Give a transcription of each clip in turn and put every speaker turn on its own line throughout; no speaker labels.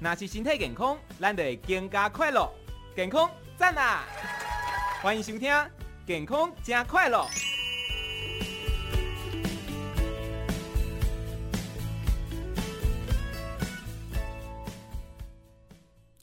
若是身体健康，咱就会更加快乐。健康赞啊！欢迎收听《健康真快乐》。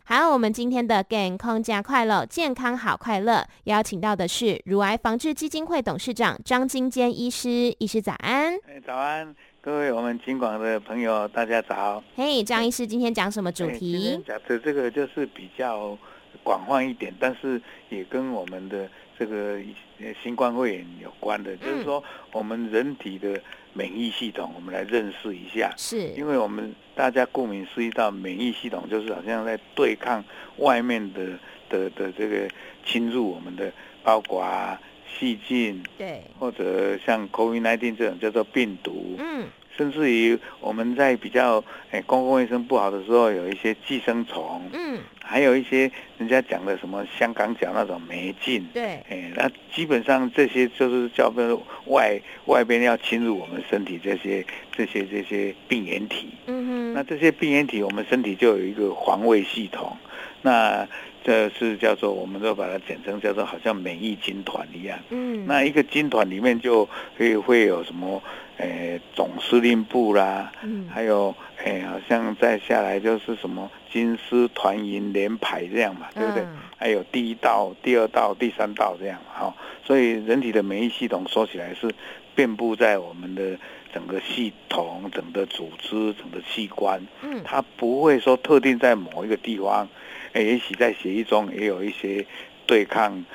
好，我们今天的健康加快乐，健康好快乐，邀请到的是乳癌防治基金会董事长张金坚医师，医师早安。
哎，早安，各位我们金广的朋友，大家早。
嘿、张医师，今天讲什么主
哎今
题
天？讲的这个就是比较广泛一点，但是也跟我们的这个呃新冠肺炎有关
嗯
的，就是说我们人体的免疫系统，我们来认识一下。
是
因为我们大家顾名思义，到免疫系统就是好像在对抗外面的的的这个侵入我们的，包括啊细菌
对，
或者像 COVID-19 这种叫做病毒。
嗯，
甚至于我们在比较诶、公共卫生不好的时候，有一些寄生虫，
嗯，
还有一些人家讲的什么香港脚那种霉菌。
对，
哎，那基本上这些就是叫做外外边要侵入我们身体这些这些这些病原体。
嗯
那
哼，
这些病原体，我们身体就有一个防卫系统。那这是叫做，我们都把它简称叫做，好像免疫军团一样。
嗯，
那一个军团里面就会会有什么，呃，总司令部啦，
嗯，
还有，哎，好像再下来就是什么军师团营连排这样嘛，对不对？
嗯
还有第一道、第二道、第三道这样，好、所以人体的免疫系统说起来是遍布在我们的整个系统、整个组织、整个器官，
嗯，
它不会说特定在某一个地方，哎，也许在血液中也有一些对抗，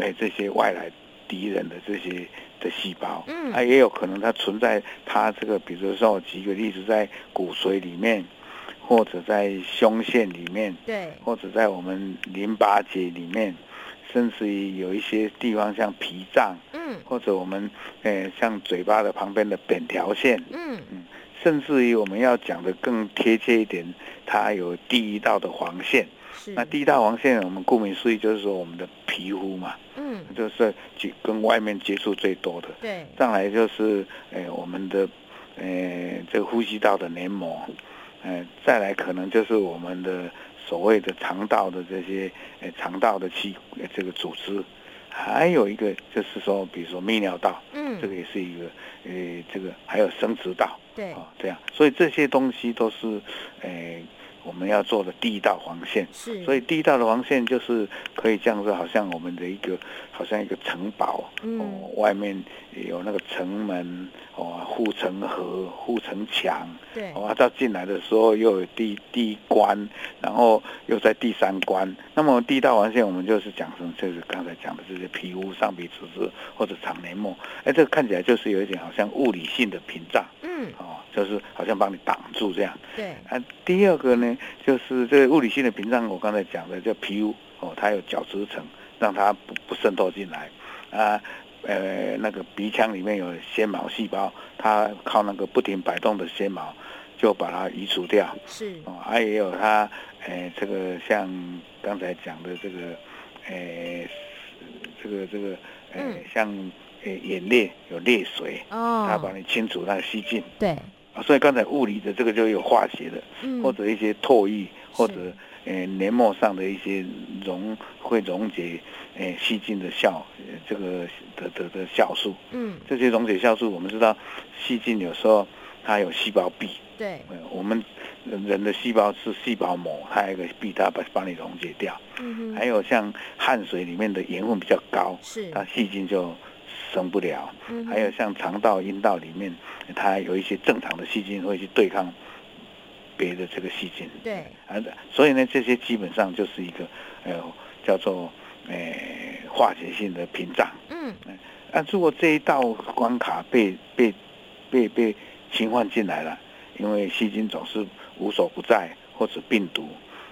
哎，这些外来敌人的这些的细胞，
嗯
啊，也有可能它存在它这个，比如说我举一个例子，在骨髓里面，或者在胸腺里面，
对，
或者在我们淋巴结里面，甚至于有一些地方像脾脏，
嗯，
或者我们呃像嘴巴的旁边的扁条线，
嗯，
甚至于我们要讲的更贴切一点，它有第一道的黄线。
是，
那第一道黄线，我们顾名思义就是说我们的皮肤嘛，
嗯，
就是去跟外面接触最多的。
对，
再来就是呃我们的呃这个呼吸道的黏膜，呃再来可能就是我们的所谓的肠道的这些呃肠道的器呃这个组织，还有一个就是说比如说泌尿道，
嗯，
这个也是一个呃这个还有生殖道
对，
哦这样，所以这些东西都是呃我们要做的第一道防线。
是，
所以第一道的防线就是可以这样子，好像我们的一个，好像一个城堡，
嗯
哦，外面有那个城门，哦，护城河、护城墙，
对，
哦，到进来的时候又有第第一关，然后又在第三关。那么第一道防线我们就是讲成就是刚才讲的这些皮肤、上皮组织或者肠黏膜，哎，这个看起来就是有一点好像物理性的屏障，
嗯，
哦，就是好像帮你挡住这样。
对，
啊，第二个呢，就是这个物理性的屏障，我刚才讲的叫皮肤哦，它有角质层，让它不不渗透进来啊。呃，那个鼻腔里面有纤毛细胞，它靠那个不停摆动的纤毛，就把它移除掉。
是，
哦，啊，也有它，呃，这个像刚才讲的这个，呃，这个这个，呃
嗯，
像呃眼泪有泪水，它
哦
把，你清除那个细菌。
对，
啊，所以刚才物理的这个就有化学的，
嗯，
或者一些唾液，或者
是
呃黏膜上的一些溶会溶解呃细菌的酵呃这个的的的酵素，
嗯，
这些溶解酵素我们知道，细菌有时候它有细胞壁，
对，
呃我们人的细胞是细胞膜，它有一个壁，它把帮你溶解掉。
嗯
还
哼，
有啊像汗水里面的盐分比较高，
是，
它细菌就生不了。
嗯
还有
哼
像肠道、阴道里面，它有一些正常的细菌会去对抗别的这个细菌。
对，
啊，所以呢，这些基本上就是一个呃叫做呃化学性的屏障。
嗯，
啊，如果这一道关卡被被被被侵犯进来了，因为细菌总是无所不在，或者病毒，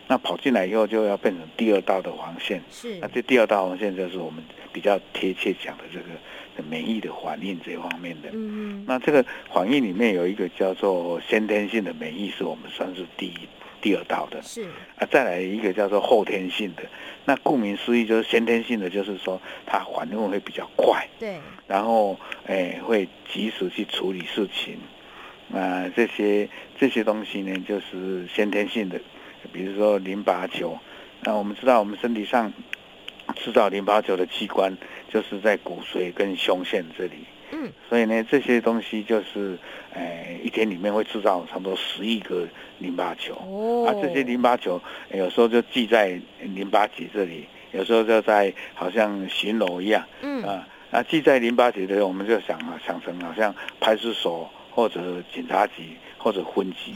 那跑进来以后就要变成第二道的防线。
是
嗯那，这第二道红线就是我们比较贴切讲的这个免疫的反应这方面的。
嗯哼，
那这个反应里面有一个叫做先天性的免疫，是我们算是第一、第二道的
是，
啊。再来一个叫做后天性的，那顾名思义就是先天性的，就是说它反应会比较快，
对，
然后诶、哎会及时去处理啊事情。那、这些这些东西呢，就是先天性的比如说淋巴球。那我们知道，我们身体上制造淋巴球的器官就是在骨髓跟胸腺这里。
嗯，
所以呢，这些东西就是，呃，一天里面会制造差不多十亿个淋巴球。
哦
啊，这些淋巴球呃有时候就系在淋巴结这里，有时候就在好像巡逻一样
嗯
啊。那系在淋巴结的，我们就想啊，想成好像派出所或者警察局或者分 局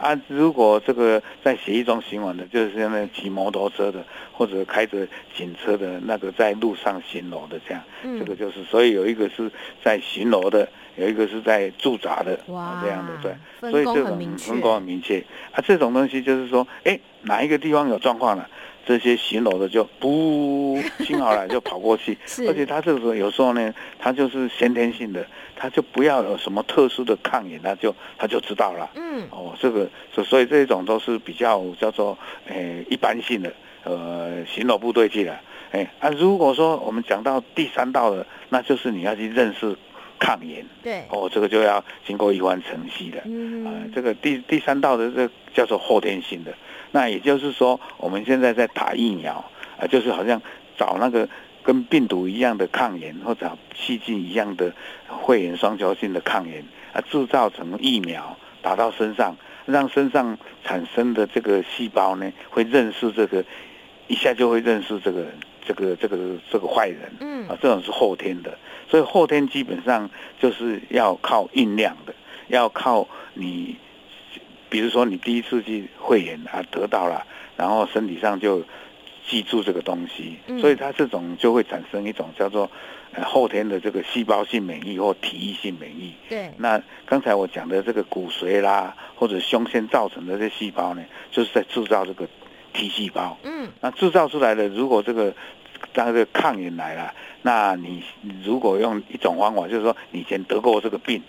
啊。如果这个在血液中循环的，就是像那骑摩托车的或者开着警车的那个在路上巡逻的这样，
嗯，
这个就是所以有一个是在巡逻的，有一个是在驻扎的，
哇
啊，这样的对。所
分
以
工
这
很
种
明确
分，工很明确啊，这种东西就是说，哎，哪一个地方有状况了，这些巡逻的就不听好了就跑过去，
是，
而且他这个时候有时候呢，他就是先天性的，他就不要有什么特殊的抗议，他就他就知道了。
嗯
哦，这个所所以这种都是比较叫做诶、呃一般性的呃巡逻部队去了。哎啊，如果说我们讲到第三道的，那就是你要去认识抗炎
对，
哦，这个就要经过一番程序的。啊、
嗯
这个第第三道的这叫做后天性的，那也就是说，我们现在在打疫苗啊、就是好像找那个跟病毒一样的抗原或者细菌一样的会员双球性的抗原啊、制造成疫苗打到身上，让身上产生的这个细胞呢，会认识这个，一下就会认识这个这个这个这个坏人。
嗯
啊，这种是后天的，所以后天基本上就是要靠酝酿的，要靠你，比如说你第一次去会员啊得到了，然后身体上就记住这个东西
嗯，
所以它这种就会产生一种叫做呃后天的这个细胞性免疫或体液性免疫。
对，
那刚才我讲的这个骨髓啦或者胸腺造成的这细胞呢，就是在制造这个 T 细胞。
嗯
那制造出来的，如果这个当这个抗原来了，那你如果用一种方法，就是说你以前得过这个病，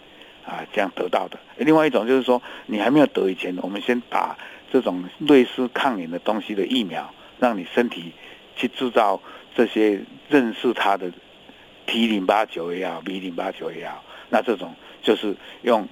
啊，这样得到的；另外一种就是说你还没有得以前，我们先打这种类似抗原的东西的疫苗，让你身体去制造这些认识它的 T 淋巴球也好，B 淋巴球也好，那这种就是用，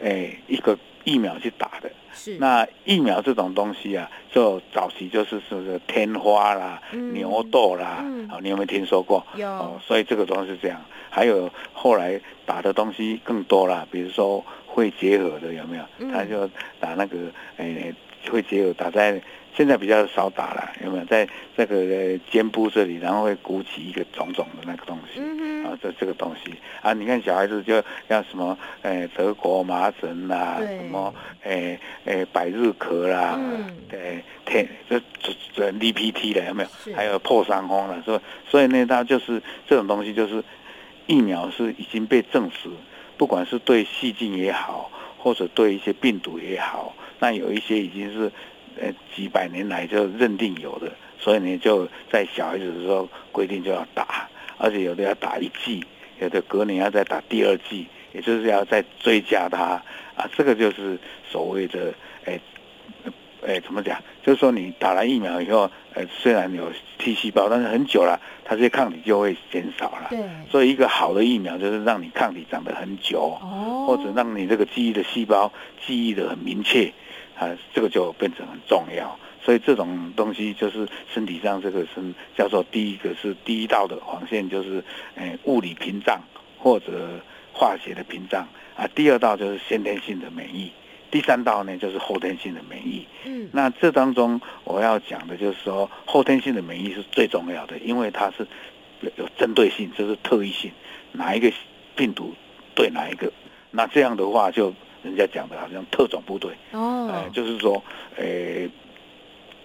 诶、一个疫苗去打的。
是，
那疫苗这种东西啊，就早期就是是是天花啦、
嗯
牛痘啦，
嗯
哦，你有没有听说过？哦
有，
所以这个东西是这样。还有后来打的东西更多啦，比如说会结合的有没有
嗯？
他就打那个诶、会结合打在现在比较少打了，有没有？在这个呃肩部这里，然后会鼓起一个肿肿的那个东西。
嗯
啊
哼，，
这这个东西啊，你看小孩子就要什么，诶、德国麻疹啦，
对
什么，诶、诶、百日咳啦，
嗯
对，天，这这这 DPT 的有 没有？
是，
还有破伤风了，所以所以呢，它就是这种东西，就是疫苗是已经被证实，不管是对细菌也好，或者对一些病毒也好，那有一些已经是呃几百年来就认定有的，所以呢就在小孩子的时候规定就要打，而且有的要打一剂，有的隔年要再打第二剂，也就是要再追加它啊，这个就是所谓的哎。呃哎，怎么讲？就是说你打了疫苗以后，呃，虽然有 T 细胞，但是很久了，它这些抗体就会减少了。
对，
所以一个好的疫苗就是让你抗体长得很久，
哦，
或者让你这个记忆的细胞记忆的很明确，啊，这个就变成很重要。所以这种东西就是身体上这个是叫做第一个是第一道的黄线，就是诶、呃物理屏障或者化学的屏障啊。第二道就是先天性的免疫，第三道呢就是后天性的免疫。
嗯
那这当中我要讲的就是说，后天性的免疫是最重要的，因为它是有有针对性，就是特异性，哪一个病毒对哪一个，那这样的话就人家讲的好像特种部队，呃
哦，
就是说，呃，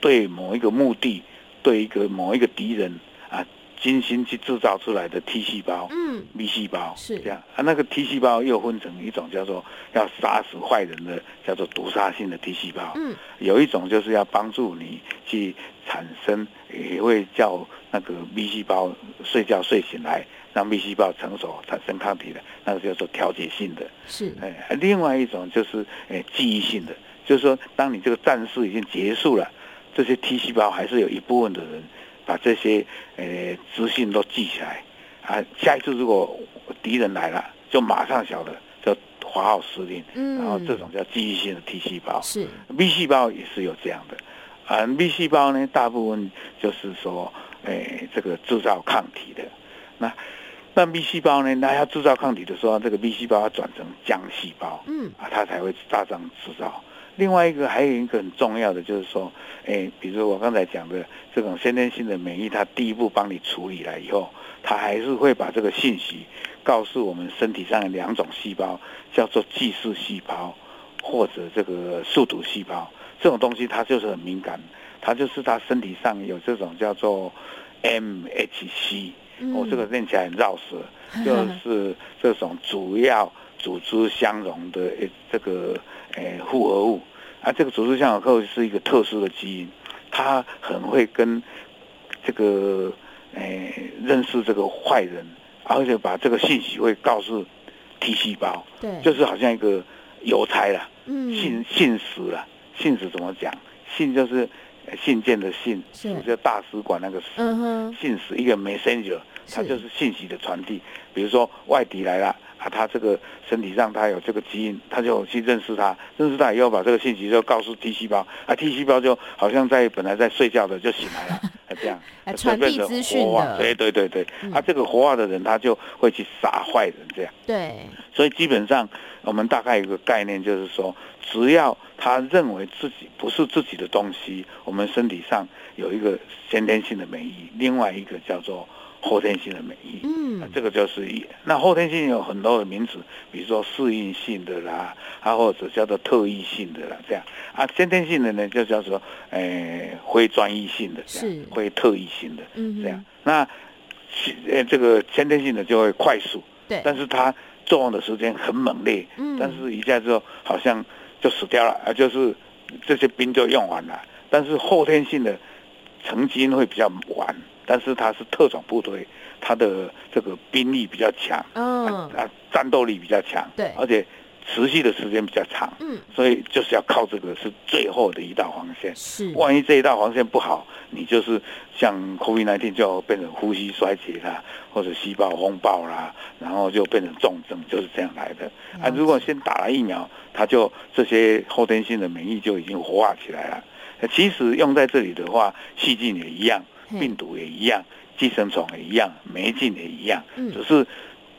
对某一个目的，对一个某一个敌人啊，精心去制造出来的 T 细胞。
嗯
B 细胞
是
这样啊，那个 T 细胞又分成一种叫做要杀死坏人的叫做毒杀性的 T 细胞，
嗯
有一种就是要帮助你去产生，也会叫那个 B 细胞睡觉睡醒来，让 B 细胞成熟产生抗体的，那个叫做调节性的。
是，
哎，另外一种就是哎记忆性的，就是说当你这个战事已经结束了，这些 T 细胞还是有一部分的人把这些呃资讯都记起来啊，下一次如果敌人来了，就马上晓得，就发号施令，
嗯，
然后这种叫记忆性的 T 细胞。
是，
B 细胞也是有这样的啊，B 细胞呢，大部分就是说，哎，这个制造抗体的。那那 B 细胞呢，那要制造抗体的时候，这个 B 细胞要转成浆细胞
嗯
啊，它才会大张制造。另外一个还有一个很重要的就是说，哎，比如我刚才讲的这种先天性的免疫，它第一步帮你处理了以后，它还是会把这个信息告诉我们身体上的两种细胞，叫做寄宿细胞或者这个树突细胞。这种东西它就是很敏感，它就是它身体上有这种叫做 MHC，
嗯，
哦，这个念起来很绕舌， 就是这种主要组织相容的诶这个诶复合物啊，这个组织相容物是一个特殊的基因，它很会跟这个诶认识这个坏人，而且把这个信息会告诉 T 细胞，
对，
就是好像一个邮差啦，
嗯
信信使啦，信使怎么讲？信就是呃信件的信，
是
使就大使馆那个使。
嗯哼，
信使一个 messenger，它
是
就是信息的传递。比如说外敌来了啊，他这个身体上他有这个基因，他就去认识他，认识他以后把这个信息就告诉 T 细胞啊，T 细胞就好像在本来在睡觉的就醒来 了，啊这样
来
就
呃传
变
递
成
资讯
活化对
的，
对对对，
嗯
啊，这个活化的人他就会去杀坏人这样。
对，
所以基本上，我们大概有个概念，就是说，只要他认为自己不是自己的东西，我们身体上有一个先天性的免疫，另外一个叫做后天性的免疫。啊
嗯，
这个就是一，那后天性有很多的名词，比如说适应性的啦，啊或者叫做特异性的啦，这样啊先天性的呢就叫做诶、呃非专一性的，这样
是
非特异性的
嗯哼
这样。那呃这个先天性的就会快速，
嗯对，
但是它作用的时间很猛烈，
嗯
但是一下之后好像就死掉了，啊，就是这些兵就用完了。但是后天性的成基因会比较晚，但是它是特种部队，它的这个兵力比较强，啊
嗯，
啊，战斗力比较强，
对
而且持续的时间比较长，
嗯，
所以就是要靠这个是最后的一道防线。
是，
万一这一道黄线不好，你就是像 COVID-19 就变成呼吸衰竭啦，或者细胞风暴啦，然后就变成重症，就是这样来的。
嗯
啊，如果先打了疫苗，它就这些后天性的免疫就已经活化起来了。呃其实用在这里的话，细菌也一样，
嘿
病毒也一样，寄生虫也一样，霉菌也一样，
嗯
只是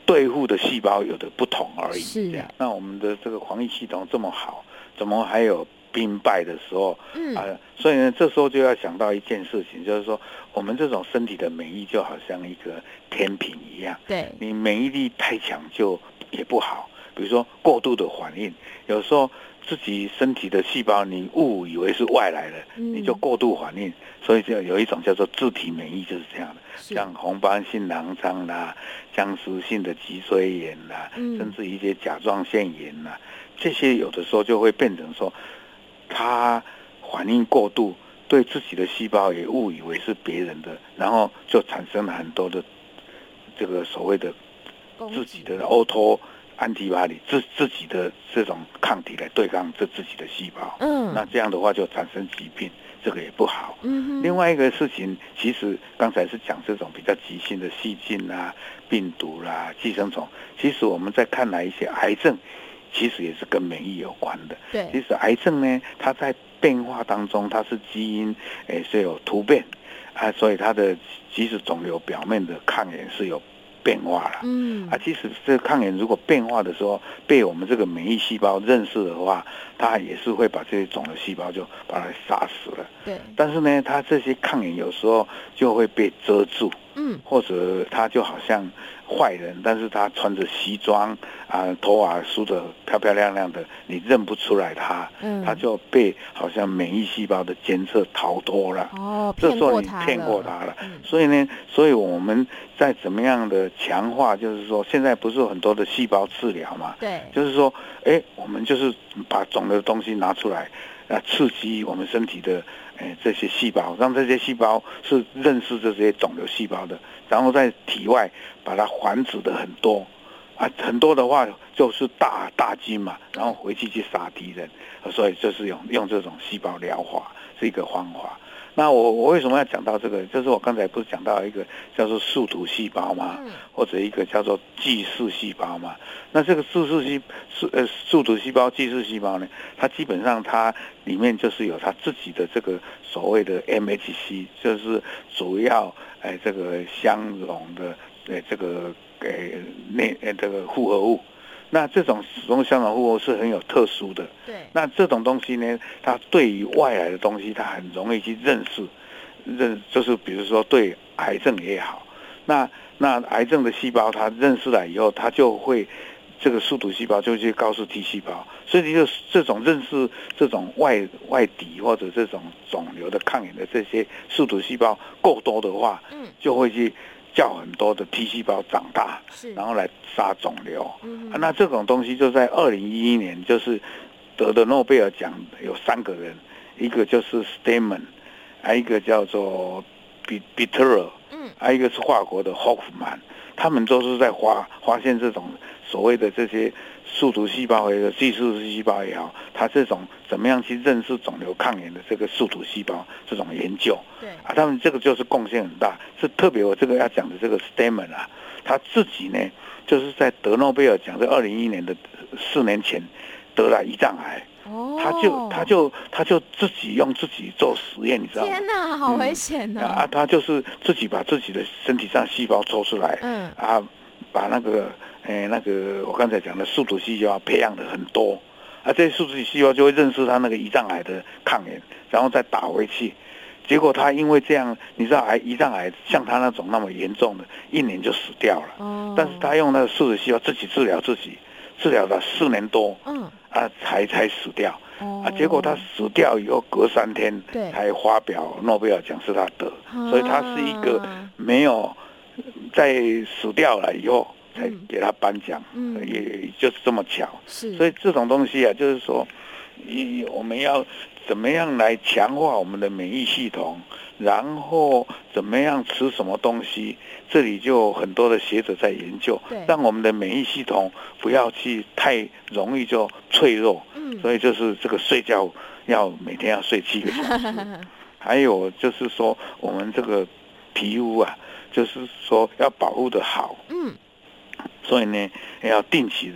对付的细胞有的不同而已。
是
这样。那我们的这个防疫系统这么好，怎么还有兵败的时候？啊、
嗯，
所以呢，这时候就要想到一件事情，就是说，我们这种身体的免疫就好像一个天平一样，
对，
你免疫力太强就也不好。比如说过度的反应，有时候自己身体的细胞你误以为是外来的，
嗯
你就过度反应，所以就有一种叫做自体免疫，就是这样的。
是
像红斑性狼疮啦、僵直性的脊椎炎啦，
嗯
甚至一些甲状腺炎啦，这些有的时候就会变成说，他反应过度，对自己的细胞也误以为是别人的，然后就产生了很多的这个所谓的
攻
自
击
己的 auto antibody 自自己的这种抗体来对抗这自己的细胞，
嗯，
那这样的话就产生疾病，这个也不好。
嗯哼，
另外一个事情，其实刚才是讲这种比较急性的细菌啦、病毒啦、寄生虫，其实我们在看来一些癌症，其实也是跟免疫有关的。其
对，
实癌症呢，它在变化当中，它是基因诶是有突变啊，所以它的即使肿瘤表面的抗原是有变化了。
嗯
啊，，其实这个抗原如果变化的时候被我们这个免疫细胞认识的话，它也是会把这些肿瘤细胞就把它杀死了。
对，
但是呢，它这些抗原有时候就会被遮住，
嗯，
或者它就好像坏人，但是他穿着西装啊，头发梳得漂漂亮亮的，你认不出来他，
嗯，
他就被好像免疫细胞的监测逃脱了。
哦，
这
骗
时候
过
你
他，
骗过，他了，
嗯，
所以呢，所以我们在怎么样的强化，就是说现在不是有很多的细胞治疗嘛，
对，
就是说，哎，我们就是把肿瘤的东西拿出来，啊，刺激我们身体的，哎，这些细胞，让这些细胞是认识这些肿瘤细胞的，然后在体外把它繁殖的很多，啊，很多的话就是大大菌嘛，然后回去去杀敌人，所以就是用用这种细胞疗法是一个方法。那我我为什么要讲到这个？就是我刚才不是讲到一个叫做树突细胞嘛，
嗯
或者一个叫做寄宿细胞嘛。那这个树突细树呃树突细胞、寄宿细胞呢，它基本上它里面就是有它自己的这个所谓的 MHC，就是主要哎、这个相容的呃这个给内呃这个复合物。那这种使用相容复合物是很有特殊的，
对，
那这种东西呢，它对于外来的东西，它很容易去认识，认就是比如说对癌症也好，那那癌症的细胞它认识了以后，它就会这个树突细胞就去告诉 T 细胞，所以就是这种认识这种外外敌或者这种肿瘤的抗原的这些树突细胞够多的话，
嗯，
就会去叫很多的 T 细胞长大，
是，
然后来杀肿瘤。
嗯
啊
哼，
那这种东西就在二零一一年，就是得的诺贝尔奖有三个人，一个就是 Stamen，还有一个叫做 b i t e r
嗯，
还有一个是法国的 Hoffman，他们都是在发发现这种所谓的这些树突细胞也好，寄宿细胞也好，它这种怎么样去认识肿瘤抗原的这个树突细胞这种研究。
嗯对，
啊，他们这个就是贡献很大，是特别我这个要讲的这个 Stamen 啊，他自己呢，就是在得诺贝尔奖在二零一年的四年前得了胰脏癌，
哦，
他就他就他就自己用自己做实验，你知道吗
天？哪，好
嗯
危险哦呐、
啊，他就是自己把自己的身体上细胞抽出来，
嗯，
啊，把那个诶、那个我刚才讲的树突细胞培养的很多，啊，这些树突细胞就会认识它那个胰脏癌的抗原，然后再打回去。结果他因为这样，你知道癌胰脏癌像他那种那么严重的，一年就死掉了。
哦，
但是他用那个树突细胞自己治疗自己，治疗了四年多
嗯，
啊，才才死掉
哦，
啊。结果他死掉以后，隔三天
对
才发表诺贝尔奖是他得，所以他是一个
啊
没有在死掉了以后才
嗯
给他颁奖，
嗯
呃也也就是这么巧。
是，
所以这种东西啊，就是说，一我们要怎么样来强化我们的免疫系统，然后怎么样吃什么东西，这里就有很多的学者在研究
对，
让我们的免疫系统不要去太容易就脆弱。
嗯，
所以就是这个睡觉要每天要睡七个小时。还有就是说，我们这个皮肤啊，就是说要保护的好，
嗯，
所以呢，要定期。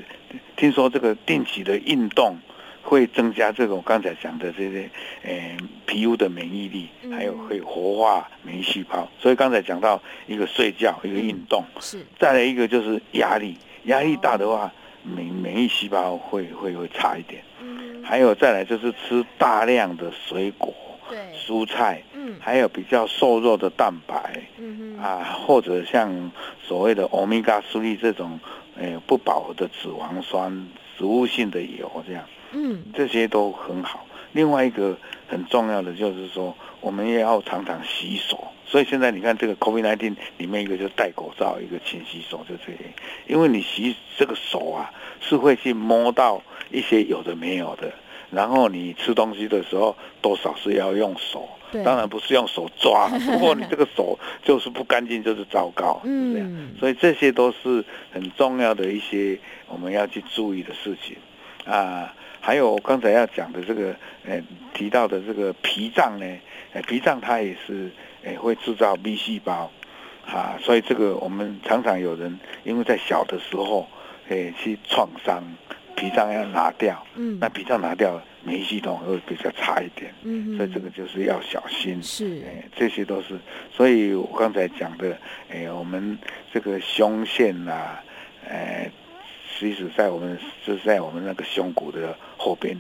听说这个定期的运动会增加这种刚才讲的这些，呃，皮肤的免疫力，
嗯
还有会活化免疫细胞。所以刚才讲到一个睡觉，一个运动，
是，
再来一个就是压力，压力大的话，免免疫细胞会会会差一点。
嗯，
还有再来就是吃大量的水果、
对，
蔬菜，
嗯，
还有比较瘦弱的蛋白
嗯哼，
啊，或者像所谓的欧米伽三这种，呃，不饱和的脂肪酸、植物性的油这样，
嗯，
这些都很好。另外一个很重要的就是说，我们也要常常洗手。所以现在你看这个 COVID-19 里面一个就是戴口罩，一个勤洗手，就这些。因为你洗这个手啊，是会去摸到一些有的没有的。然后你吃东西的时候，多少是要用手，
对，
当然不是用手抓，啊 不过你这个手就是不干净，就是糟糕，是这样。
嗯，
所以这些都是很重要的一些我们要去注意的事情啊。还有我刚才要讲的这个，呃，提到的这个脾脏呢，呃，脾脏它也是，呃，会制造 B 细胞，啊，所以这个我们常常有人因为在小的时候，呃，去创伤，脾脏要拿掉，
嗯，
那脾脏拿掉，免疫系统会比较差一点，
嗯哼，
所以这个就是要小心。
是，
哎，这些都是，所以我刚才讲的，哎，我们这个胸腺呐、啊，哎，其实在我们就是在我们那个胸骨的后边，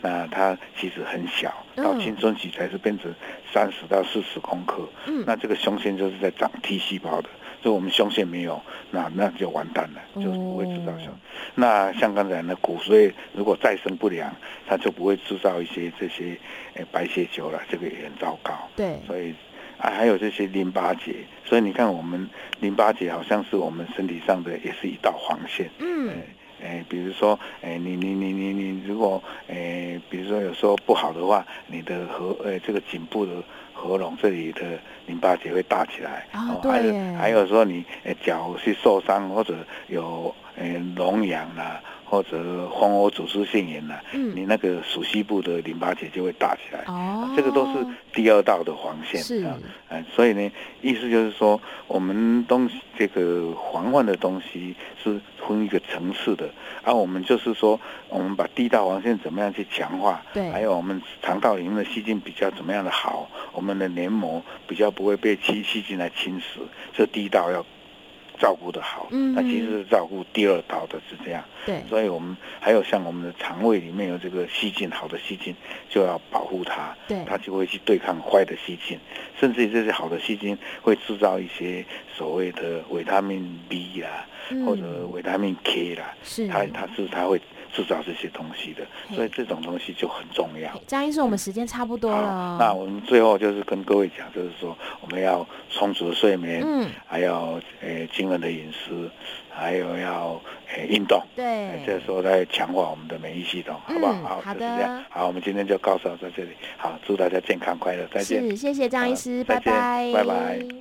那它其实很小，
嗯
到青春期才是变成三十到四十公克，
嗯，
那这个胸腺就是在长 T 细胞的，所以我们胸腺没有，那那就完蛋了，
哦
就是不会制造胸。那像刚才那骨髓如果再生不良，它就不会制造一些这些哎白血球了，这个也很糟糕。
对，
所以啊，还有这些淋巴结，所以你看我们淋巴结好像是我们身体上的，也是一道黄线。
嗯，
哎，比如说，哎，你你你你你，如果哎，比如说有时候不好的话，你的喉呃这个颈部的喉咙这里的淋巴结会大起来。哦
啊对
还
耶
有还有说你哎脚去受伤或者有哎聋痒啦、或者蜂窝组织性炎呐、
嗯，
你那个属西部的淋巴结就会大起来。
哦，
这个都是第二道的黄线
是
啊，嗯，所以呢，意思就是说，我们东西这个防范的东西是分一个层次的，啊，我们就是说，我们把第一道黄线怎么样去强化，还
对，
有我们肠道里面的细菌比较怎么样的好，我们的黏膜比较不会被细细菌来侵蚀，这第一道要照顾的好。
嗯
那其实是照顾第二道的是这样，
对，
所以我们还有像我们的肠胃里面有这个细菌，好的细菌就要保护它，
对，
它就会去对抗坏的细菌，甚至于这些好的细菌会制造一些所谓的维他命 B 啦，
嗯
或者维他命 K 啦，
是
它它是它会制造这些东西的，
嘿
所以这种东西就很重要。
嘿张医生，我们时间差不多了
好
哦，，
那我们最后就是跟各位讲，就是说我们要充足的睡眠，
嗯，
还要呃均衡的饮食，还有要呃运动。哎
对，
这时候在强化我们的免疫系统，好不好？
嗯
好，
好
就是
的
这样。好，我们今天就告诉到这里。好，祝大家健康快乐，再见。
是，谢谢张医
好
师，
再
拜
见
拜，
拜拜。